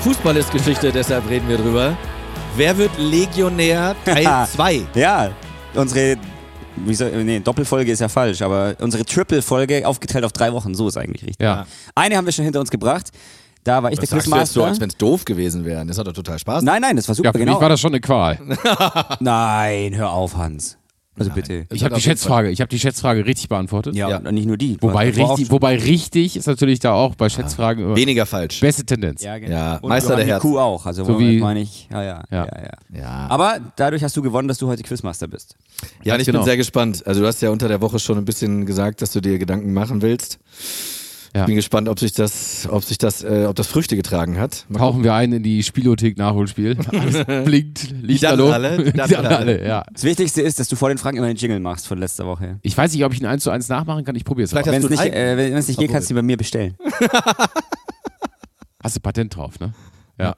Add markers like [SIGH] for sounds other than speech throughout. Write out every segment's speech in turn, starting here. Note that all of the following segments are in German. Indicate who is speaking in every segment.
Speaker 1: Fußball ist Geschichte, deshalb reden wir drüber. Wer wird
Speaker 2: [LAUGHS]
Speaker 1: Legionär Teil 2?
Speaker 3: Ja, unsere wie soll, nee, Doppelfolge ist ja falsch, aber unsere Triple-Folge aufgeteilt auf drei Wochen, so ist eigentlich richtig.
Speaker 4: Ja.
Speaker 3: Eine haben wir schon hinter uns gebracht. Da war ich der
Speaker 2: Das sagst du jetzt so,
Speaker 3: Quizmaster.
Speaker 2: als wenn es doof gewesen wäre. Das hat doch total Spaß.
Speaker 3: nein, nein, das war super,
Speaker 4: Ja, für
Speaker 3: genau.
Speaker 4: mich war das schon
Speaker 3: [LAUGHS]
Speaker 4: eine Qual.
Speaker 3: nein, hör auf, Hans. Also bitte.
Speaker 4: Ich habe die Schätzfrage, ich habe die Schätzfrage richtig beantwortet.
Speaker 3: Ja,
Speaker 2: Ja.
Speaker 3: und nicht nur die.
Speaker 4: Wobei,
Speaker 3: Das war auch
Speaker 4: richtig,
Speaker 3: schon-
Speaker 4: wobei richtig ist natürlich da auch bei Schätzfragen immer
Speaker 2: Weniger falsch.
Speaker 4: beste Tendenz.
Speaker 3: ja, genau.
Speaker 2: Ja,
Speaker 3: und
Speaker 2: Meister der
Speaker 3: Johann
Speaker 2: Herzen.
Speaker 3: Kuh auch, also
Speaker 4: So
Speaker 3: so
Speaker 4: wie-
Speaker 3: meine ich, ja, ja, ja,
Speaker 4: Ja.
Speaker 3: ja.
Speaker 2: Ja,
Speaker 3: Aber dadurch hast du gewonnen, dass du heute Quizmaster bist.
Speaker 2: ja ich
Speaker 4: genau.
Speaker 2: bin sehr gespannt. Also du hast ja unter der Woche schon ein bisschen gesagt, dass du dir Gedanken machen willst.
Speaker 4: Ja.
Speaker 2: Ich bin gespannt, ob sich das, ob sich das, äh, ob das Früchte getragen hat. Mal
Speaker 4: Tauchen wir ein in die
Speaker 3: [LAUGHS]
Speaker 4: Spielothek Nachholspiel. Alles blinkt, Licht um.
Speaker 2: Daten
Speaker 4: hallo.
Speaker 2: alle, die Daten alle.
Speaker 4: ja.
Speaker 3: Das Wichtigste ist, dass du vor den Fragen immer den Jingle machst von letzter Woche.
Speaker 4: Ich weiß nicht, ob ich einen 1 zu 1 nachmachen kann, ich probiere es.
Speaker 2: Vielleicht
Speaker 4: Hast,
Speaker 3: Wenn es
Speaker 2: du
Speaker 3: nicht,
Speaker 2: einen
Speaker 3: äh, wenn es nicht geht,
Speaker 2: Favorit?
Speaker 3: kannst du die bei mir bestellen.
Speaker 4: hast du Patent drauf, ne? Ja.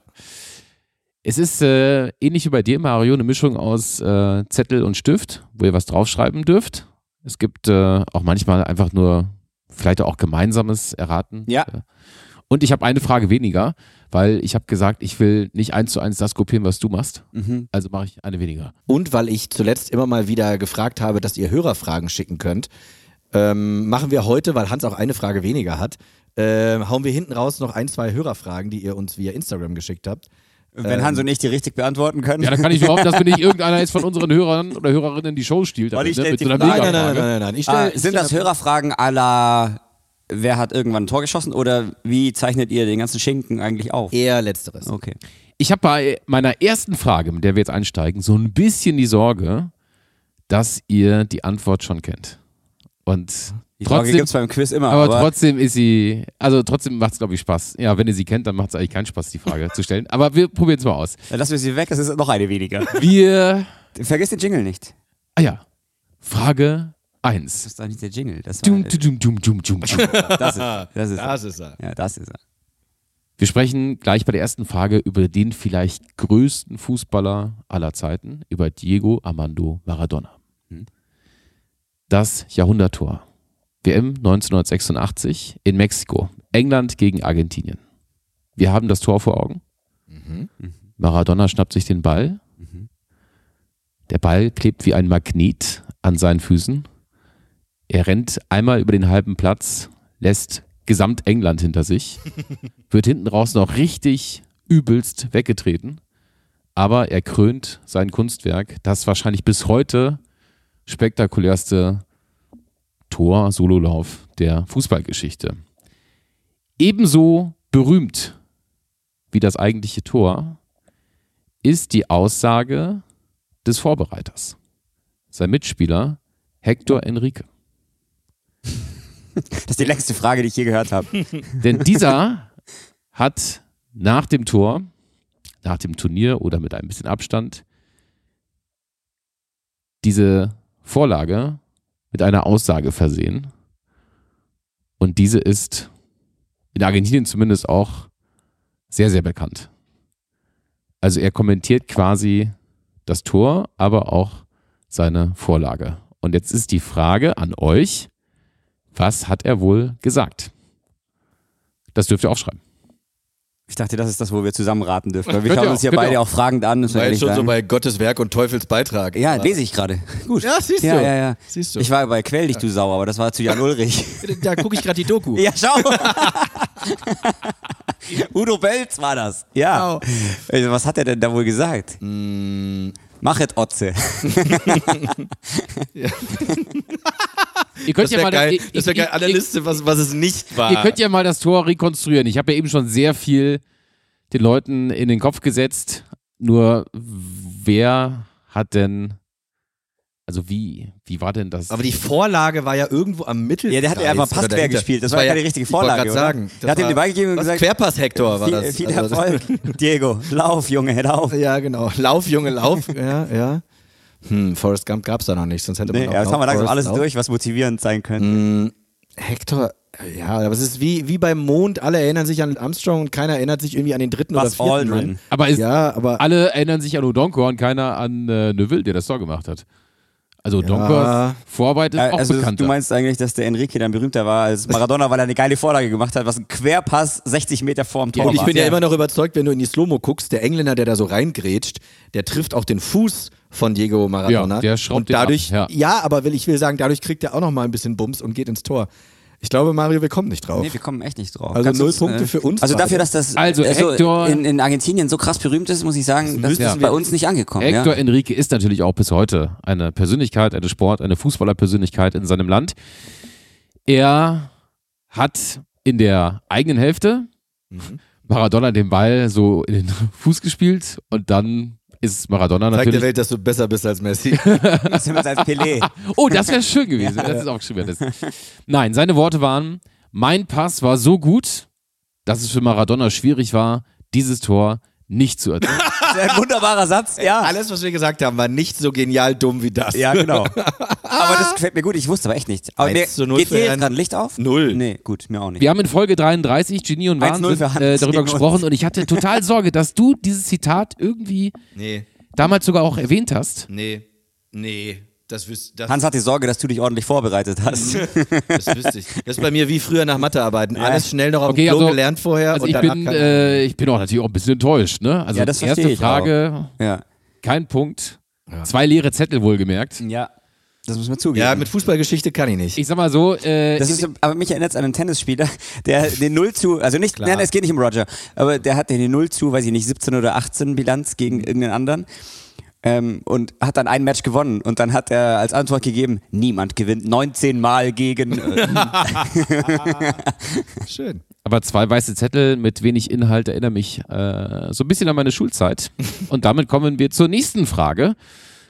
Speaker 4: Es ist äh, ähnlich wie bei dir, Mario, eine Mischung aus äh, Zettel und Stift, wo ihr was draufschreiben dürft. Es gibt äh, auch manchmal einfach nur vielleicht auch gemeinsames Erraten.
Speaker 3: Ja.
Speaker 4: Äh, Und ich habe eine Frage weniger, weil ich habe gesagt, ich will nicht eins zu eins das kopieren, was du machst.
Speaker 3: Mhm.
Speaker 4: Also mache ich eine weniger.
Speaker 2: Und weil ich zuletzt immer mal wieder gefragt habe, dass ihr Hörerfragen schicken könnt, ähm, machen wir heute, weil Hans auch eine Frage weniger hat, ähm, hauen wir hinten raus noch ein, zwei Hörerfragen, die ihr uns via Instagram geschickt habt.
Speaker 3: Wenn
Speaker 2: Ähm,
Speaker 3: Hans und ich die richtig beantworten können.
Speaker 4: Ja, da kann ich überhaupt, dass mir nicht irgendeiner jetzt von unseren Hörern oder Hörerinnen die Show stiehlt.
Speaker 3: Olli
Speaker 4: damit, ne,
Speaker 3: stellt
Speaker 4: mit
Speaker 3: die
Speaker 4: so einer
Speaker 3: Frage.
Speaker 4: Mega-Frage.
Speaker 2: nein. Ich
Speaker 3: Ah,
Speaker 2: stell- ich
Speaker 3: sind das
Speaker 2: stell-
Speaker 3: Hörerfragen à la, wer hat irgendwann ein Tor geschossen oder wie zeichnet ihr den ganzen Schinken eigentlich auf?
Speaker 2: Eher letzteres.
Speaker 3: Okay.
Speaker 4: Ich habe bei meiner ersten Frage, mit der wir jetzt einsteigen, so ein bisschen die Sorge, dass ihr die Antwort schon kennt. Und
Speaker 3: Die Frage
Speaker 4: trotzdem,
Speaker 3: gibt es beim Quiz immer.
Speaker 4: aber,
Speaker 3: Aber,
Speaker 4: trotzdem ist sie, also trotzdem macht es, glaube ich, Spaß. Ja, wenn ihr sie kennt, dann macht es eigentlich keinen Spaß, die Frage [LAUGHS] zu stellen. Aber wir probieren es mal aus.
Speaker 3: Dann lassen wir sie weg, das ist noch eine
Speaker 2: [LAUGHS]
Speaker 3: weniger.
Speaker 4: Wir,
Speaker 3: Vergiss den Jingle nicht.
Speaker 4: ah ja, Frage 1.
Speaker 3: Das ist doch nicht der Jingle. Das, war,
Speaker 4: Dum, dum, dum, dum, dum, dum.
Speaker 3: das ist Das ist er.
Speaker 2: Das ist er.
Speaker 3: Ja, das ist er.
Speaker 4: Wir sprechen gleich bei der ersten Frage über den vielleicht größten Fußballer aller Zeiten, über Diego Armando Maradona. Das Jahrhunderttor. WM 1986 in Mexiko. England gegen Argentinien. Wir haben das Tor vor Augen. Maradona schnappt sich den Ball. Der Ball klebt wie ein Magnet an seinen Füßen. Er rennt einmal über den halben Platz, lässt gesamt England hinter sich wird hinten raus noch richtig übelst weggetreten. Aber er krönt sein Kunstwerk, das wahrscheinlich bis heute spektakulärste Tor-Sololauf der Fußballgeschichte. Ebenso berühmt wie das eigentliche Tor ist die Aussage des Vorbereiters. Sein Mitspieler Hector Enrique.
Speaker 3: Das ist die längste Frage, die ich je gehört habe.
Speaker 2: Hm.
Speaker 4: Denn dieser hat nach dem Tor, nach dem Turnier oder mit ein bisschen Abstand diese Vorlage mit einer Aussage versehen. Und diese ist in Argentinien zumindest auch sehr, sehr bekannt. Also er kommentiert quasi das Tor, aber auch seine Vorlage. Und jetzt ist die Frage an euch, was hat er wohl gesagt? Das dürft ihr aufschreiben.
Speaker 3: Ich dachte, das ist das, wo wir zusammen raten dürfen. Weil wir
Speaker 4: Könnt
Speaker 2: Genau,
Speaker 3: schauen
Speaker 4: ihr
Speaker 3: uns
Speaker 4: auch,
Speaker 3: ja
Speaker 4: könnt ihr
Speaker 3: beide auch fragend an. Müssen wir
Speaker 2: Weil
Speaker 3: ehrlich
Speaker 2: schon so
Speaker 3: sagen.
Speaker 2: bei Gottes Werk und Teufels Beitrag. Ah.
Speaker 3: ja, lese ich gerade. Gut.
Speaker 2: Ja, siehst
Speaker 3: ja,
Speaker 2: du.
Speaker 3: Ja, ja,
Speaker 2: Siehst du. Äh,
Speaker 3: Ich war bei Quell dich, du Sau, aber das war zu
Speaker 2: [LAUGHS]
Speaker 3: Jan Ulrich.
Speaker 2: Da gucke ich gerade die Doku.
Speaker 3: Ja, schau. [LAUGHS] Udo Belz war das. Hm. Ja.
Speaker 2: Genau.
Speaker 3: Also, Was hat er denn da wohl gesagt?
Speaker 2: Mm,
Speaker 3: Machet Otze.
Speaker 4: Ihr könnt,
Speaker 2: Das
Speaker 4: ja
Speaker 2: wäre
Speaker 4: mal
Speaker 2: geil.
Speaker 4: ihr-
Speaker 2: Das wäre geil.
Speaker 4: ihr-
Speaker 2: Alle
Speaker 4: ihr-
Speaker 2: Liste, was, was es nicht war.
Speaker 4: Ihr könnt ja mal das Tor rekonstruieren. Ich habe ja eben schon sehr viel den Leuten in den Kopf gesetzt. Nur wer hat denn, also wie, wie war denn das?
Speaker 2: Aber die Vorlage war ja irgendwo am Mittel.
Speaker 3: [LAUGHS] Ja, der hat ja einfach
Speaker 2: Oder
Speaker 3: Passquer
Speaker 2: dahinter.
Speaker 3: gespielt.
Speaker 2: Das
Speaker 3: Das war
Speaker 2: war
Speaker 3: ja
Speaker 2: ja-
Speaker 3: keine richtige
Speaker 2: ich wollte
Speaker 3: Vorlage.
Speaker 2: grad
Speaker 3: oder?
Speaker 2: sagen, das
Speaker 3: Der hat ihm
Speaker 2: war-
Speaker 3: den Ball gegeben und
Speaker 2: Was?
Speaker 3: gesagt,
Speaker 2: Querpass-Hector war
Speaker 3: viel,
Speaker 2: das.
Speaker 3: viel
Speaker 2: Also das-
Speaker 3: Erfolg. [LAUGHS] Diego, lauf, Junge, hör auf.
Speaker 2: Ja, genau. Lauf, Junge,
Speaker 3: [LAUGHS]
Speaker 2: lauf. ja, ja. Hm, Forrest Gump gab's da noch nicht, sonst hätte man
Speaker 3: Nee,
Speaker 2: auch
Speaker 3: ja, jetzt
Speaker 2: Lauf,
Speaker 3: haben wir langsam
Speaker 2: Forrest
Speaker 3: alles
Speaker 2: Lauf.
Speaker 3: durch, was motivierend sein könnte.
Speaker 2: Hector, ja, aber es ist wie, wie beim Mond, alle erinnern sich an Armstrong und keiner erinnert sich irgendwie an den dritten
Speaker 3: Was
Speaker 2: oder vierten.
Speaker 3: Aldrin.
Speaker 2: Mann.
Speaker 4: aber ist,
Speaker 2: Ja, aber
Speaker 4: alle erinnern sich an Odonkor und keiner an äh, Neville, der das Tor gemacht hat. Also Odonkors Vorarbeit ist
Speaker 3: Ja,
Speaker 4: auch
Speaker 3: also
Speaker 4: bekannt.
Speaker 3: du meinst eigentlich, dass der Enrique dann berühmter war als Maradona, weil er eine geile Vorlage gemacht hat, was ein Querpass 60 Meter vorm Tor
Speaker 2: und ich
Speaker 3: war.
Speaker 2: bin ja immer noch überzeugt, wenn du in die Slow-Mo guckst, der Engländer, der da so reingrätscht, der trifft auch den Fuß von Diego Maradona.
Speaker 4: Ja, der schraubt
Speaker 2: und
Speaker 4: den ab,
Speaker 2: dadurch,
Speaker 4: ja.
Speaker 2: aber will, ich will sagen, dadurch kriegt er auch noch mal ein bisschen Bums und geht ins Tor. Ich glaube, Mario, wir kommen nicht drauf.
Speaker 3: Nee, wir kommen echt nicht drauf.
Speaker 2: Also
Speaker 3: Kannst
Speaker 2: null
Speaker 3: du's,
Speaker 2: Punkte für uns
Speaker 3: Also
Speaker 2: beide.
Speaker 3: dafür, dass das
Speaker 4: Also Hector-
Speaker 3: in, in Argentinien so krass berühmt ist, muss ich sagen, das,
Speaker 4: müssen
Speaker 3: ist
Speaker 4: wir-
Speaker 3: bei uns nicht angekommen.
Speaker 4: Hector
Speaker 3: ja.
Speaker 4: Enrique ist natürlich auch bis heute eine Persönlichkeit, eine Sport, eine Fußballerpersönlichkeit in seinem Land. Er hat in der eigenen Hälfte Maradona den Ball so in den [LAUGHS] Fuß gespielt und dann ist Maradona
Speaker 2: Zeig der
Speaker 4: natürlich.
Speaker 2: Welt, dass du besser bist als
Speaker 4: [LAUGHS]
Speaker 2: Messi.
Speaker 3: Das sind wir jetzt als Pelé.
Speaker 4: Oh, das wäre schön gewesen. Das ist auch geschrieben. Nein, seine Worte waren: Mein Pass war so gut, dass es für Maradona schwierig war, dieses Tor nicht zu erzielen.
Speaker 3: Das ist ein wunderbarer Satz, ja.
Speaker 2: Alles, was wir gesagt haben, war nicht so genial dumm wie das.
Speaker 3: Ja, genau. Aber das gefällt mir gut, ich wusste aber echt nicht. Aber
Speaker 2: 1
Speaker 3: mir,
Speaker 2: zu 0
Speaker 3: geht
Speaker 2: für
Speaker 3: hier
Speaker 2: Herrn-
Speaker 3: gerade Licht auf?
Speaker 2: Null.
Speaker 3: Nee, gut, mir auch nicht.
Speaker 4: Wir haben in Folge 33 Genie und
Speaker 3: 1-0
Speaker 4: Wahnsinn
Speaker 3: für Hans
Speaker 4: äh, darüber
Speaker 3: gegen uns.
Speaker 4: gesprochen und ich hatte total Sorge, dass du dieses Zitat irgendwie
Speaker 2: Nee,
Speaker 4: damals sogar auch erwähnt hast.
Speaker 2: nee, nee. Das, wüs das,
Speaker 3: Hans hat die Sorge, dass du dich ordentlich vorbereitet
Speaker 2: [LAUGHS]
Speaker 3: hast.
Speaker 2: das wüsste ich. Das ist bei mir wie früher nach Mathearbeiten. Alles schnell noch auf
Speaker 4: Okay,
Speaker 2: dem Klo
Speaker 4: also-
Speaker 2: gelernt vorher
Speaker 4: Also
Speaker 2: und
Speaker 4: ich
Speaker 2: danach
Speaker 4: bin,
Speaker 2: kann-
Speaker 4: äh, ich bin auch natürlich auch ein bisschen enttäuscht. Ne? Also
Speaker 3: Ja, das verstehe
Speaker 4: erste
Speaker 3: ich
Speaker 4: Frage,
Speaker 3: ja.
Speaker 4: kein Punkt, zwei leere Zettel wohlgemerkt.
Speaker 3: Ja. Das muss man
Speaker 4: äh,
Speaker 3: zugeben.
Speaker 2: Ja, mit Fußballgeschichte kann ich nicht.
Speaker 4: Ich sag mal so, äh,
Speaker 3: Das
Speaker 4: in-
Speaker 3: ist, aber mich erinnert es an einen Tennisspieler, [LAUGHS] der den 0 zu, also nicht, nein, es geht nicht um Roger, aber der hatte den 0 zu, weiß ich nicht, 17 oder 18 Bilanz gegen irgendeinen anderen ähm, und hat dann ein Match gewonnen und dann hat er als Antwort gegeben, niemand gewinnt 19 Mal gegen, [LAUGHS] äh,
Speaker 2: Schön.
Speaker 4: aber zwei weiße Zettel mit wenig Inhalt erinnern mich äh, so ein bisschen an
Speaker 3: [LAUGHS]
Speaker 4: meine Schulzeit. Und damit kommen wir zur nächsten Frage.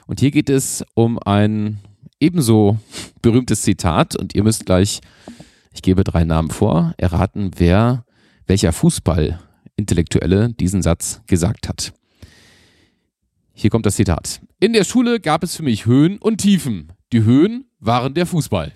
Speaker 4: Und hier geht es um ein ebenso berühmtes Zitat und ihr müsst gleich, ich gebe drei Namen vor, erraten, wer, welcher Fußballintellektuelle diesen Satz gesagt hat. Hier kommt das Zitat. In der Schule gab es für mich Höhen und Tiefen. Die Höhen waren der Fußball.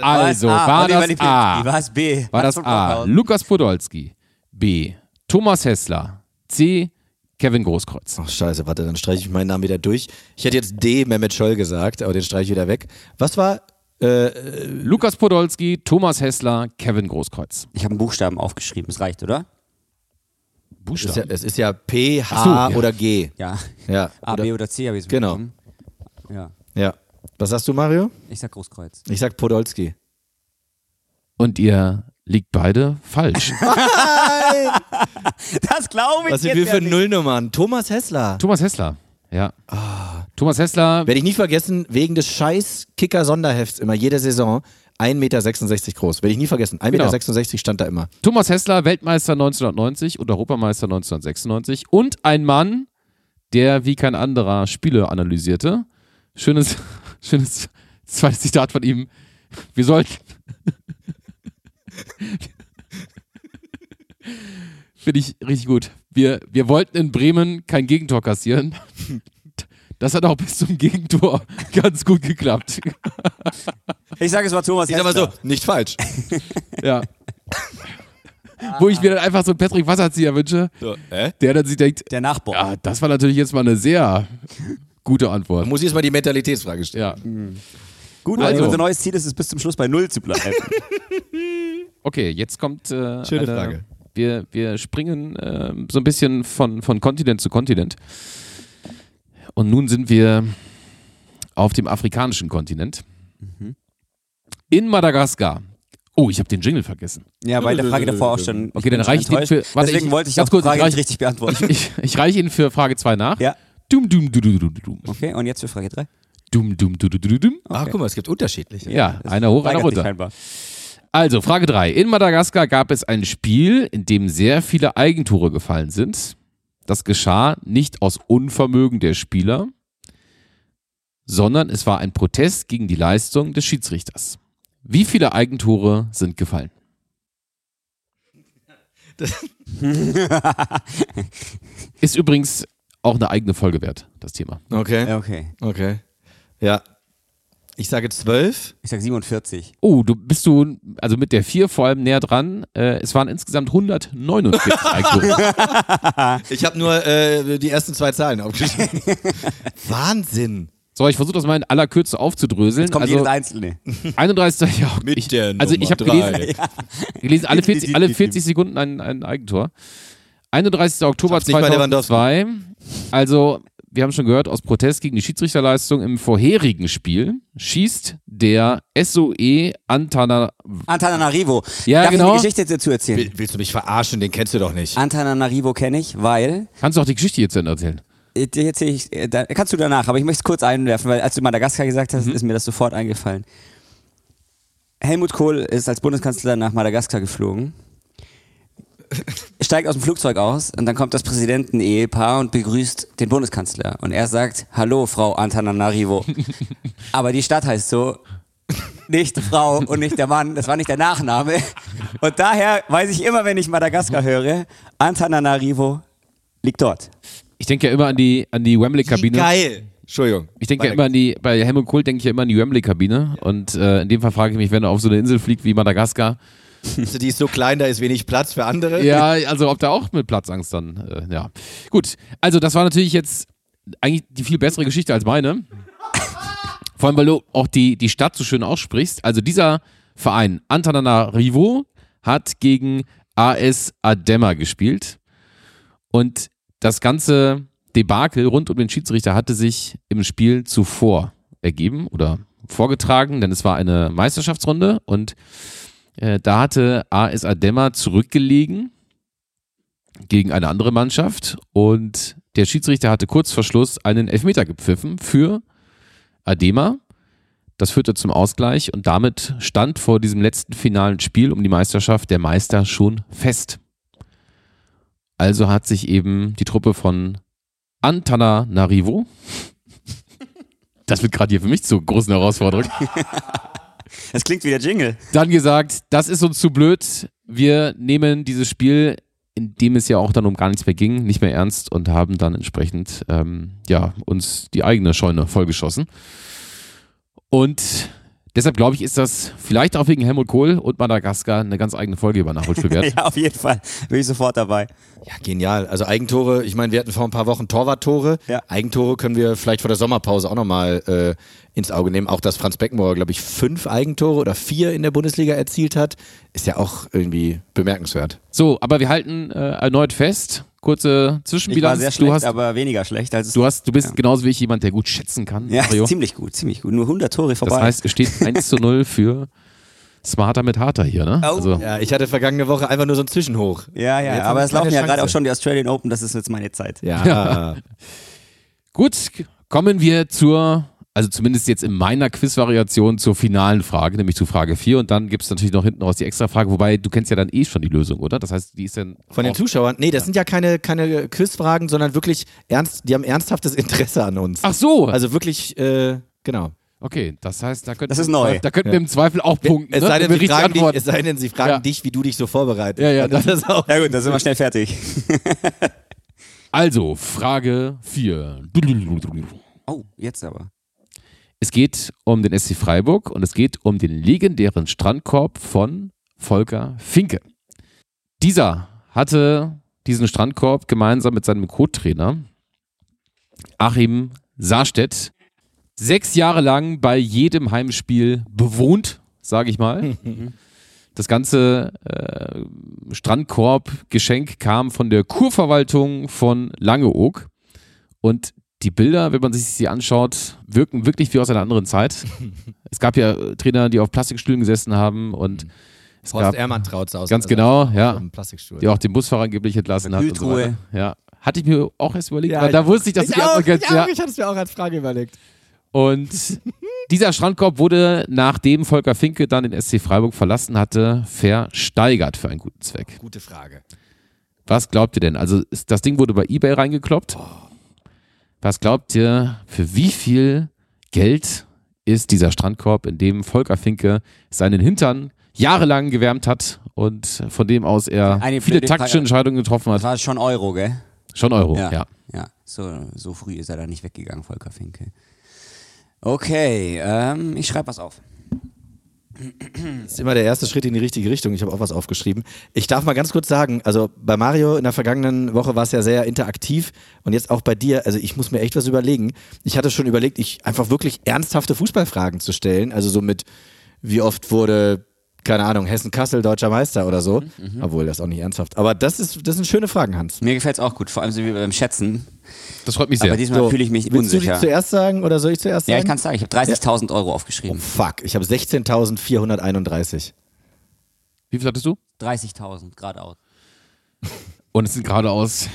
Speaker 4: also
Speaker 3: A,
Speaker 4: war
Speaker 3: Oliver
Speaker 4: das
Speaker 3: Lipinski,
Speaker 4: A.
Speaker 3: war es B,
Speaker 4: War das
Speaker 3: von
Speaker 4: A.
Speaker 3: Brockhaus.
Speaker 4: Lukas Podolski. B. Thomas Hessler. C. Kevin Großkreuz.
Speaker 2: Ach scheiße, warte, dann streiche ich meinen Namen wieder durch. Ich hätte jetzt D. Mehmet Scholl gesagt, aber den streiche ich wieder weg. Was war? Äh,
Speaker 4: Lukas Podolski, Thomas Hessler, Kevin Großkreuz.
Speaker 3: Ich habe einen Buchstaben aufgeschrieben, es reicht, oder?
Speaker 2: es, ist
Speaker 4: Buchstaben.
Speaker 2: ja, es ist ja Ah. P, H
Speaker 4: Ach so, ja.
Speaker 2: oder G.
Speaker 3: Ja.
Speaker 2: Ja.
Speaker 3: A, B oder C habe ich es
Speaker 2: Genau.
Speaker 3: bekommen. Ja,
Speaker 2: ja. Was sagst du, Mario?
Speaker 3: ich sag Großkreuz.
Speaker 2: Ich sag Podolski.
Speaker 4: Und ihr liegt beide falsch.
Speaker 3: [LAUGHS] Das glaube ich
Speaker 2: Was sind wir
Speaker 3: jetzt
Speaker 2: für
Speaker 3: ja nicht.
Speaker 2: Nullnummern? Thomas Hessler.
Speaker 4: Thomas Hessler. Ja. Thomas Hessler.
Speaker 2: Werde ich nie vergessen, wegen des scheiß Kicker-Sonderhefts immer jede Saison 1,66 Meter groß. Werde ich nie vergessen. 1,66
Speaker 4: Genau.
Speaker 2: Meter stand da immer.
Speaker 4: Thomas Hessler, Weltmeister 1990 und Europameister 1996. Und ein Mann, der wie kein anderer Spiele analysierte. Schönes, [LAUGHS] schönes zweites Zitat von ihm. Wir sollten. [LAUGHS] Finde ich richtig gut. Wir, wir wollten in Bremen kein Gegentor kassieren. Das hat auch bis zum Gegentor ganz gut geklappt.
Speaker 3: Ich sage es war Thomas
Speaker 2: Ist aber so,
Speaker 3: Hessler.
Speaker 2: nicht falsch.
Speaker 4: Ja. Wo ich mir dann einfach so einen Patrick Wasserzieher wünsche, der dann sich denkt,
Speaker 3: Der Nachbar.
Speaker 4: Ja, Ah, das war natürlich jetzt mal eine sehr gute Antwort.
Speaker 2: Muss ich jetzt mal die Mentalitätsfrage stellen.
Speaker 4: Ja,
Speaker 3: Gut,
Speaker 4: Also.
Speaker 3: also unser neues Ziel ist es, bis zum Schluss bei Null zu bleiben.
Speaker 4: okay, jetzt kommt. Äh,
Speaker 2: Schöne
Speaker 4: eine,
Speaker 2: Frage.
Speaker 4: Wir, wir springen äh, so ein bisschen von, von Kontinent zu Kontinent. Und nun sind wir auf dem afrikanischen Kontinent. In Madagaskar. Oh, ich habe den Jingle vergessen.
Speaker 3: [LAUGHS] Ja, bei der Frage davor auch schon.
Speaker 4: Okay, dann
Speaker 3: bin schon
Speaker 4: reicht den
Speaker 3: enttäuscht.
Speaker 4: für- warte,
Speaker 3: Deswegen
Speaker 4: ich-
Speaker 3: wollte ich auch
Speaker 4: ganz
Speaker 3: die
Speaker 4: kurz, ich
Speaker 3: Frage
Speaker 4: reich-
Speaker 3: nicht richtig
Speaker 4: [LAUGHS]
Speaker 3: beantworten.
Speaker 4: Ich, ich reiche Ihnen für Frage 2 nach.
Speaker 3: ja.
Speaker 4: Dum, dum, dum, dum, dum, dum.
Speaker 3: Okay, und jetzt für Frage 3.
Speaker 4: Dum, dum, dum, dum, dum, dum.
Speaker 2: Ach, guck mal, es gibt unterschiedliche.
Speaker 4: Ja, einer hoch, einer runter.
Speaker 3: Scheinbar.
Speaker 4: Also, Frage 3. In Madagaskar gab es ein Spiel, in dem sehr viele Eigentore gefallen sind. Das geschah nicht aus Unvermögen der Spieler, sondern es war ein Protest gegen die Leistung des Schiedsrichters. Wie viele Eigentore sind gefallen? [LAUGHS] Ist übrigens auch eine eigene Folge wert, das Thema.
Speaker 2: Okay.
Speaker 3: Okay.
Speaker 2: Okay. Ja. Ich sage zwölf.
Speaker 3: Ich sag 47.
Speaker 4: Oh, du bist du, also mit der 4 vor allem näher dran. Äh, es waren insgesamt 149
Speaker 2: [LAUGHS]
Speaker 4: Eigentore.
Speaker 2: Ich habe nur äh, die ersten zwei Zahlen [LAUGHS] aufgeschrieben. Wahnsinn.
Speaker 4: So, ich versuche das mal in aller Kürze aufzudröseln.
Speaker 3: Kommt
Speaker 4: also,
Speaker 3: jedes einzelne.
Speaker 4: 31. Ja,
Speaker 2: Mit
Speaker 4: ich,
Speaker 2: der
Speaker 4: also ich
Speaker 2: Nummer
Speaker 4: habe
Speaker 2: drei.
Speaker 4: gelesen, gelesen, alle 40, alle 40 Sekunden ein, ein Eigentor. 31. Oktober
Speaker 2: Schaff's nicht bei Lewandowski.
Speaker 4: 2002. Also, wir haben schon gehört, aus Protest gegen die Schiedsrichterleistung im vorherigen Spiel schießt der SOE Antana.
Speaker 3: Antananarivo.
Speaker 4: Ja,
Speaker 3: Darf
Speaker 4: genau.
Speaker 3: ich eine Geschichte dazu erzählen?
Speaker 2: Will- Willst du mich verarschen? Den kennst du doch
Speaker 4: Ah,
Speaker 2: nicht.
Speaker 3: Antananarivo kenne ich, weil
Speaker 4: Kannst du auch die Geschichte jetzt zu Ende erzählen?
Speaker 3: Äh, dir erzähl ich, äh, da, kannst du danach, aber ich möchte es kurz einwerfen, weil als du Madagaskar gesagt hast, ist mir das sofort eingefallen. Helmut Kohl ist als Bundeskanzler nach Madagaskar geflogen, steigt aus dem Flugzeug aus und dann kommt das Präsidenten-Ehepaar und begrüßt den Bundeskanzler. Und er sagt, hallo Frau [LAUGHS] Antananarivo. aber die Stadt heißt so, nicht Frau und nicht der Mann, das war nicht der Nachname. Und daher weiß ich immer, wenn ich Madagaskar höre, Antananarivo liegt dort.
Speaker 4: Ich denke ja immer an die, an die Wembley-Kabine.
Speaker 2: Geil. Entschuldigung.
Speaker 4: Ich denke ja immer an die, bei Helmut Kohl denke ich ja immer an die Wembley-Kabine. Und äh, in dem Fall frage ich mich, wenn er auf so eine Insel fliegt wie Madagaskar,
Speaker 2: Die ist so klein, da ist wenig Platz für andere.
Speaker 4: ja, also ob da auch mit Platzangst dann, äh, ja. Gut, also das war natürlich jetzt eigentlich die viel bessere Geschichte als meine. Vor allem, weil du auch die, die Stadt so schön aussprichst. Also dieser Verein, Antananarivo, hat gegen AS Adema gespielt. Und das ganze Debakel rund um den Schiedsrichter hatte sich im Spiel zuvor ergeben oder vorgetragen, denn es war eine Meisterschaftsrunde und äh, da hatte AS Adema zurückgelegen gegen eine andere Mannschaft und der Schiedsrichter hatte kurz vor Schluss einen Elfmeter gepfiffen für Adema. Das führte zum Ausgleich und damit stand vor diesem letzten finalen Spiel um die Meisterschaft der Meister schon fest. Also hat sich eben die Truppe von Antana Narivo, [LAUGHS] das wird gerade hier für mich zur großen Herausforderung,
Speaker 3: Das klingt wie der Jingle.
Speaker 4: dann gesagt, das ist uns zu blöd. Wir nehmen dieses Spiel, in dem es ja auch dann um gar nichts mehr ging, nicht mehr ernst und haben dann entsprechend ähm, ja, uns die eigene Scheune vollgeschossen. Und deshalb glaube ich, ist das vielleicht auch wegen Helmut Kohl und Madagaskar eine ganz eigene Folge über Nachholspiel wert.
Speaker 3: [LAUGHS] Ja, auf jeden Fall. Bin ich sofort dabei.
Speaker 2: Ja, genial. Also Eigentore, ich meine, wir hatten vor ein paar Wochen Torwarttore.
Speaker 3: Ja.
Speaker 2: Eigentore können wir vielleicht vor der Sommerpause auch nochmal äh, ins Auge nehmen. Auch dass Franz Beckenbauer, glaube ich, fünf Eigentore oder vier in der Bundesliga erzielt hat, ist ja auch irgendwie bemerkenswert.
Speaker 4: So, aber wir halten äh, erneut fest. Kurze
Speaker 3: Ich war
Speaker 4: Zwischenbilanz.
Speaker 3: sehr schlecht,
Speaker 4: du, hast,
Speaker 3: aber weniger schlecht als es
Speaker 4: du, hast, du bist genauso wie ich jemand, der gut schätzen kann.
Speaker 3: [LAUGHS] ja,
Speaker 4: Mario.
Speaker 3: ziemlich gut, ziemlich gut. Nur 100 Tore vorbei.
Speaker 4: Das heißt, es steht 1 zu
Speaker 3: [LAUGHS]
Speaker 4: 0 für Smarter mit Harter hier, ne?
Speaker 3: Oh.
Speaker 4: Also,
Speaker 2: Ja, ich hatte vergangene Woche einfach nur so ein Zwischenhoch.
Speaker 3: ja, ja,
Speaker 2: Jetzt
Speaker 3: aber
Speaker 2: haben
Speaker 3: es
Speaker 2: wir
Speaker 3: laufen
Speaker 2: keine
Speaker 3: ja gerade
Speaker 2: Chance.
Speaker 3: auch schon die Australian Open, das ist jetzt meine Zeit.
Speaker 2: Ja.
Speaker 4: Gut, kommen wir zur, also zumindest jetzt in meiner Quiz-Variation, zur finalen Frage, nämlich zu Frage 4. Und dann gibt es natürlich noch hinten raus die extra Frage, wobei du kennst ja dann eh schon die Lösung, oder? Das heißt, die ist dann.
Speaker 2: Von den
Speaker 4: auch-
Speaker 2: Zuschauern? Nee, das sind ja keine, keine Quizfragen, sondern wirklich ernst, die haben ernsthaftes [LAUGHS] Interesse an uns.
Speaker 4: Ach so, also,
Speaker 2: Also wirklich, äh, genau.
Speaker 4: okay, das heißt, da könnten,
Speaker 3: Das ist neu.
Speaker 4: Da könnten wir im Zweifel auch punkten.
Speaker 2: Es
Speaker 4: ne?
Speaker 2: sei,
Speaker 4: Wenn
Speaker 2: denn,
Speaker 4: wir
Speaker 2: sie
Speaker 4: richtig
Speaker 2: fragen dich,
Speaker 4: antworten.
Speaker 2: es sei denn, sie fragen
Speaker 4: Ja.
Speaker 2: dich, wie du dich so vorbereitest.
Speaker 4: Ja, ja,
Speaker 2: [LAUGHS] das ist auch.
Speaker 3: Ja gut, dann sind wir schnell fertig.
Speaker 4: Also, Frage 4.
Speaker 3: Oh, jetzt aber.
Speaker 4: Es geht um den SC Freiburg und es geht um den legendären Strandkorb von Volker Finke. Dieser hatte diesen Strandkorb gemeinsam mit seinem Co-Trainer Achim Sarstedt sechs Jahre lang bei jedem Heimspiel bewohnt, sage ich mal. Das ganze äh, Strandkorb-Geschenk kam von der Kurverwaltung von Langeoog. Und die Bilder, wenn man sich sie anschaut, wirken wirklich wie aus einer anderen Zeit. es gab ja äh, Trainer, die auf Plastikstühlen gesessen haben und es
Speaker 2: Horst
Speaker 4: gab
Speaker 2: Ehrmann traut aus.
Speaker 4: ganz genau, ja,
Speaker 2: Im Plastikstuhl.
Speaker 4: die auch den Busfahrer angeblich entlassen hat. Und so
Speaker 3: Kühltruhe.
Speaker 4: weiter. Ja, hatte ich mir auch erst überlegt,
Speaker 2: Ja,
Speaker 4: weil da
Speaker 2: ich-
Speaker 4: wusste ich, dass du die Antwort kennst. Ja.
Speaker 2: ich hatte es mir auch [LAUGHS] als Frage überlegt.
Speaker 4: Und dieser Strandkorb wurde, nachdem Volker Finke dann den SC Freiburg verlassen hatte, versteigert für einen guten Zweck.
Speaker 2: Gute Frage.
Speaker 4: Was glaubt ihr denn? Also ist- das Ding wurde bei eBay reingekloppt. Was glaubt ihr, für wie viel Geld ist dieser Strandkorb, in dem Volker Finke seinen Hintern jahrelang gewärmt hat und von dem aus er
Speaker 3: Eine-
Speaker 4: viele
Speaker 3: den-
Speaker 4: taktische Entscheidungen getroffen
Speaker 3: Das
Speaker 4: hat?
Speaker 3: war schon Euro, gell?
Speaker 4: Schon Euro, Oh, ja.
Speaker 3: Ja, so, so früh ist er da nicht weggegangen, Volker Finke. Okay, ähm, ich schreibe was auf.
Speaker 2: Das ist immer der erste Schritt in die richtige Richtung. Ich habe auch was aufgeschrieben. Ich darf mal ganz kurz sagen, also bei Mario in der vergangenen Woche war es ja sehr interaktiv und jetzt auch bei dir. Also ich muss mir echt was überlegen. Ich hatte schon überlegt, ich einfach wirklich ernsthafte Fußballfragen zu stellen. Also so mit, wie oft wurde, keine Ahnung, Hessen-Kassel deutscher Meister oder so.
Speaker 3: Mhm,
Speaker 2: Obwohl, das ist auch nicht ernsthaft. Aber das, ist, das sind schöne Fragen, Hans.
Speaker 3: Mir gefällt es auch gut, vor allem sind wir beim Schätzen.
Speaker 4: Das freut mich sehr.
Speaker 3: Aber diesmal
Speaker 2: So,
Speaker 3: fühle ich mich
Speaker 2: Willst du
Speaker 3: unsicher.
Speaker 2: die zuerst sagen oder soll ich zuerst sagen? Oh,
Speaker 3: ja, ich kann es sagen, ich habe 30.000 Euro aufgeschrieben.
Speaker 2: Fuck, ich habe 16.431.
Speaker 4: Wie viel hattest du?
Speaker 3: 30.000, geradeaus.
Speaker 4: Und es sind geradeaus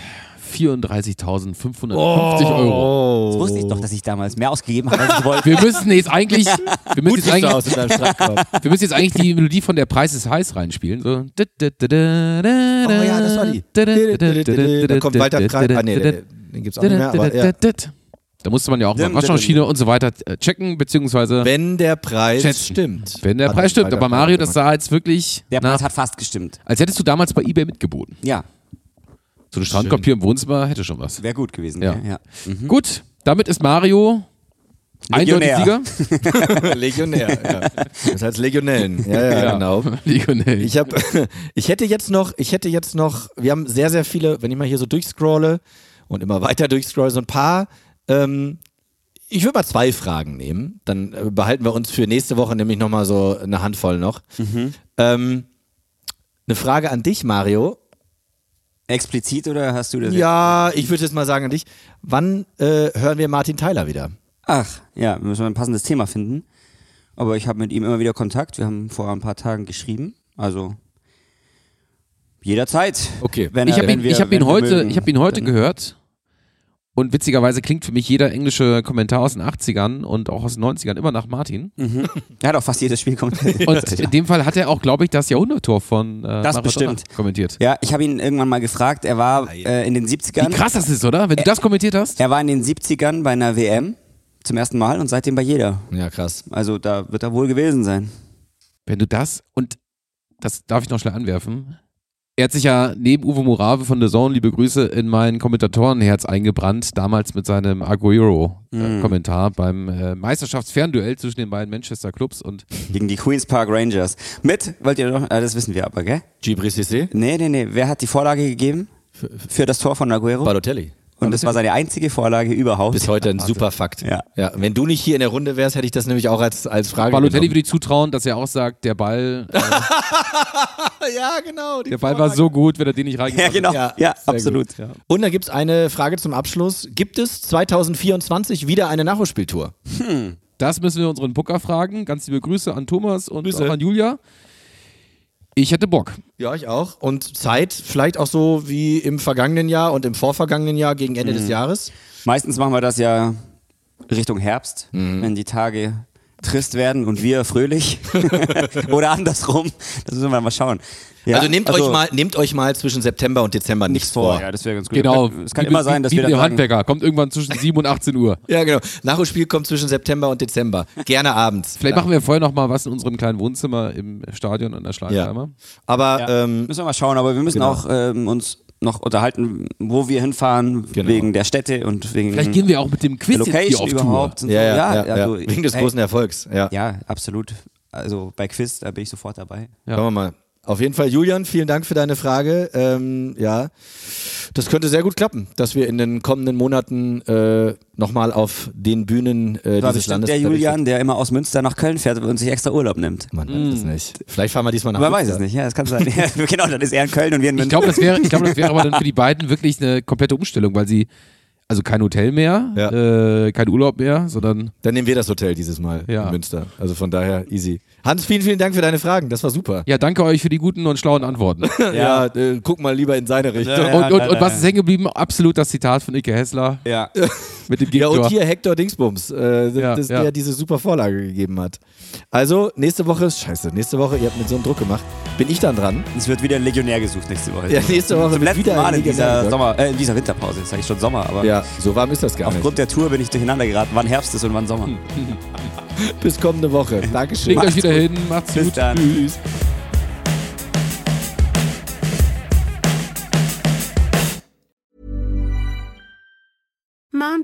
Speaker 4: 34.550 Euro.
Speaker 2: Oh.
Speaker 3: Das wusste ich doch, dass ich damals mehr ausgegeben habe, als ich
Speaker 4: [LAUGHS]
Speaker 3: wollte.
Speaker 4: Wir müssen
Speaker 2: [LAUGHS]
Speaker 4: jetzt eigentlich, wir müssen
Speaker 2: Sieht
Speaker 4: jetzt
Speaker 2: so
Speaker 4: eigentlich
Speaker 2: aus in deinem Strafkorb.
Speaker 4: Wir müssen jetzt eigentlich die Melodie von der Preis ist heiß reinspielen. So. Oh
Speaker 2: Oh
Speaker 4: ja,
Speaker 2: ja, das war die. Da kommt Walter Kreis. Ah, nee, den gibt's auch nicht mehr. Aber, ja.
Speaker 4: Da musste man ja auch mal Waschmaschine und so weiter äh, checken, beziehungsweise
Speaker 2: Wenn der Preis
Speaker 4: Schätzen.
Speaker 2: stimmt.
Speaker 4: wenn der
Speaker 2: Hat
Speaker 4: Preis stimmt.
Speaker 2: Walter
Speaker 4: Aber Mario, das
Speaker 2: Kreis
Speaker 4: sah jetzt wirklich,
Speaker 3: Der
Speaker 4: nach,
Speaker 3: Preis hat fast gestimmt.
Speaker 4: als hättest du damals bei Ebay mitgeboten.
Speaker 3: Ja,
Speaker 4: So eine Strandkorb hier im Wohnzimmer hätte schon was.
Speaker 3: wäre gut gewesen.
Speaker 4: Ja.
Speaker 3: Ja. Ja.
Speaker 2: Mhm.
Speaker 4: Gut, damit ist Mario eindeutig
Speaker 3: Legionär. [LAUGHS]
Speaker 4: Sieger. [LAUGHS]
Speaker 2: gemacht. Legionär. Ja. Das heißt Legionellen. Ja, ja, genau.
Speaker 4: Legionär.
Speaker 2: Ich habe, [LAUGHS] ich hätte jetzt noch, ich hätte jetzt noch, wir haben sehr, sehr viele, wenn ich mal hier so durchscrolle und immer weiter durchscrolle, so ein paar. Ähm, ich würde mal zwei Fragen nehmen. Dann äh, behalten wir uns für nächste Woche nämlich nochmal so eine Handvoll noch.
Speaker 4: Mhm.
Speaker 2: Ähm, eine Frage an dich, Mario.
Speaker 3: Explizit oder hast du das?
Speaker 2: Ja, ich würde jetzt mal sagen an dich. Wann äh, hören wir Martin Tyler wieder?
Speaker 3: Ach, ja, müssen wir ein passendes Thema finden. Aber ich habe mit ihm immer wieder Kontakt. Wir haben vor ein paar Tagen geschrieben. Also jederzeit.
Speaker 4: Oh.
Speaker 2: Okay.
Speaker 3: Wenn
Speaker 4: Ich
Speaker 3: er-
Speaker 4: habe
Speaker 3: wenn
Speaker 4: ihn,
Speaker 3: wir-
Speaker 4: ich hab ihn
Speaker 3: wenn wir
Speaker 4: heute,
Speaker 3: mögen,
Speaker 4: ich hab ihn heute
Speaker 3: dann-
Speaker 4: gehört und witzigerweise klingt für mich jeder englische Kommentar aus den 80ern und auch aus den 90ern immer nach Martin.
Speaker 3: Mhm.
Speaker 4: [LAUGHS]
Speaker 3: Er hat auch fast jedes Spiel komplett.
Speaker 4: Und in dem Fall hat er auch, glaube ich, das Jahrhunderttor von äh, Maradona
Speaker 3: bestimmt.
Speaker 4: kommentiert.
Speaker 3: ja, ich habe ihn irgendwann mal gefragt. Er war äh, in den
Speaker 4: Wie
Speaker 3: 70ern.
Speaker 4: krass das ist, oder? Wenn du das kommentiert hast.
Speaker 3: Er war in den 70ern bei einer WM zum ersten Mal und seitdem bei jeder.
Speaker 2: Ja, krass.
Speaker 3: Also da wird er wohl gewesen sein.
Speaker 4: Wenn du das und das darf ich noch schnell anwerfen. Er hat sich ja neben Uwe Murave von The Zone, liebe Grüße, in mein Kommentatorenherz eingebrannt, damals mit seinem Aguero-Kommentar
Speaker 3: Mhm.
Speaker 4: beim äh, Meisterschaftsfernduell zwischen den beiden Manchester Clubs und
Speaker 3: Gegen die Queens Park Rangers. Mit, wollt ihr doch, ah, das wissen wir aber, gell?
Speaker 2: Gibri Cissé?
Speaker 3: Nee, nee, nee. Wer hat die Vorlage gegeben? Für das Tor von Aguero.
Speaker 2: Balotelli.
Speaker 3: Und das war seine einzige Vorlage überhaupt.
Speaker 2: Bis heute ein super Fakt.
Speaker 3: Ja.
Speaker 2: Wenn du nicht hier in der Runde wärst, hätte ich das nämlich auch als, als Frage
Speaker 4: Balotelli
Speaker 2: genommen.
Speaker 4: würde ich zutrauen, dass er auch sagt, der Ball,
Speaker 3: [LAUGHS]
Speaker 4: äh,
Speaker 2: Ja, genau. die
Speaker 4: der Ball war so gut, wenn er den
Speaker 3: [LAUGHS]
Speaker 4: nicht
Speaker 3: Ja,
Speaker 4: reingebracht
Speaker 3: genau. Ja,
Speaker 2: sehr
Speaker 3: absolut.
Speaker 2: gut. Und da gibt es eine Frage zum Abschluss. Gibt es 2024 wieder eine Nachholspieltour?
Speaker 4: Das müssen wir unseren Booker fragen. Ganz liebe Grüße an Thomas und auch an Julia. Ich hätte Bock.
Speaker 2: Ja, ich auch. Und Zeit vielleicht auch so wie im vergangenen Jahr und im vorvergangenen Jahr gegen Ende
Speaker 3: Mhm.
Speaker 2: des Jahres.
Speaker 3: Meistens machen wir das ja Richtung Herbst, wenn die Tage trist werden und wir fröhlich. [LAUGHS] Oder andersrum. Das müssen wir mal schauen. Ja,
Speaker 2: also nehmt euch mal, nehmt euch mal zwischen September und Dezember nichts vor.
Speaker 3: Ja,
Speaker 2: Ja.
Speaker 3: das wäre ganz gut.
Speaker 4: Genau.
Speaker 3: Es kann
Speaker 4: Wie-
Speaker 3: immer
Speaker 4: wie-
Speaker 3: sein, dass
Speaker 4: wie
Speaker 3: wir
Speaker 4: der
Speaker 3: dann sagen,
Speaker 4: Handwerker kommt irgendwann zwischen 7 und 18 Uhr.
Speaker 2: genau. Nachholspiel kommt zwischen September und Dezember. Gerne abends.
Speaker 4: Vielleicht machen wir vorher noch mal was in unserem kleinen Wohnzimmer im Stadion an der Schlagzeimer.
Speaker 2: ja. Aber
Speaker 3: ja,
Speaker 2: ähm,
Speaker 3: müssen wir mal schauen, aber wir müssen
Speaker 2: genau.
Speaker 3: auch ähm, uns noch unterhalten, wo wir hinfahren,
Speaker 2: Genau.
Speaker 3: wegen der Städte und wegen
Speaker 4: Vielleicht gehen wir auch mit dem
Speaker 3: der
Speaker 4: Quiz jetzt hier
Speaker 3: Location
Speaker 4: auf
Speaker 3: überhaupt. und
Speaker 2: Ja,
Speaker 3: so.
Speaker 2: ja, ja,
Speaker 3: also,
Speaker 2: ja. Wegen des
Speaker 3: hey,
Speaker 2: großen Erfolgs. Ja.
Speaker 3: Ja, absolut. Also bei Quiz, da bin ich sofort dabei.
Speaker 2: Schauen wir mal. Auf jeden Fall, Julian, vielen Dank für deine Frage. Ähm, ja, das könnte sehr gut klappen, dass wir in den kommenden Monaten äh, nochmal auf den Bühnen äh,
Speaker 3: Da
Speaker 2: dieses
Speaker 3: bestimmt
Speaker 2: Landes.
Speaker 3: der Julian, der immer aus Münster nach Köln fährt und sich extra Urlaub nimmt.
Speaker 2: Man weiß es nicht. Vielleicht fahren wir diesmal nach.
Speaker 3: Hm. Man weiß es nicht, ja, das kann sein.
Speaker 2: [LAUGHS]
Speaker 3: Ja, genau, dann ist er in Köln und wir in
Speaker 4: Ich
Speaker 3: Münster.
Speaker 4: glaube, das wäre ich glaub, das wäre aber dann für die beiden wirklich eine komplette Umstellung, weil sie also kein Hotel mehr, äh, kein Urlaub mehr, sondern
Speaker 2: Dann nehmen wir das Hotel dieses Mal
Speaker 4: Ja.
Speaker 2: in Münster. Also von daher easy. Hans, vielen, vielen Dank für deine Fragen. Das war super.
Speaker 4: ja, danke euch für die guten und schlauen Antworten.
Speaker 2: Ja, äh, guck mal lieber in seine Richtung.
Speaker 3: Ja,
Speaker 4: und, und,
Speaker 3: leider,
Speaker 4: und was ist
Speaker 3: ja.
Speaker 4: hängen geblieben? Absolut das Zitat von Ike Hessler
Speaker 3: Ja.
Speaker 4: mit dem
Speaker 2: Ja,
Speaker 4: Gegentor.
Speaker 2: und hier Hector Dingsbums, äh,
Speaker 4: Ja,
Speaker 2: das,
Speaker 4: ja.
Speaker 2: der diese super Vorlage gegeben hat. Also, nächste Woche, scheiße, nächste Woche, ihr habt mit so einem Druck gemacht, bin ich dann dran.
Speaker 3: Es wird wieder ein Legionär gesucht nächste Woche.
Speaker 2: Ja, nächste Woche
Speaker 3: Zum
Speaker 2: wird
Speaker 3: letzten
Speaker 2: wieder ein
Speaker 3: Mal in
Speaker 2: Legionär
Speaker 3: dieser, Sommer, äh, in dieser Winterpause. Jetzt sage ich schon Sommer, aber
Speaker 2: Ja, so warm ist das gar nicht. Hm.
Speaker 3: aufgrund der Tour bin ich durcheinander geraten, wann Herbst ist und wann Sommer.
Speaker 2: Bis kommende Woche.
Speaker 4: [LAUGHS]
Speaker 2: Dankeschön.
Speaker 4: Legt euch wieder hin, macht's
Speaker 3: Bis
Speaker 4: gut.
Speaker 3: dann.
Speaker 4: Tschüss.
Speaker 5: Mom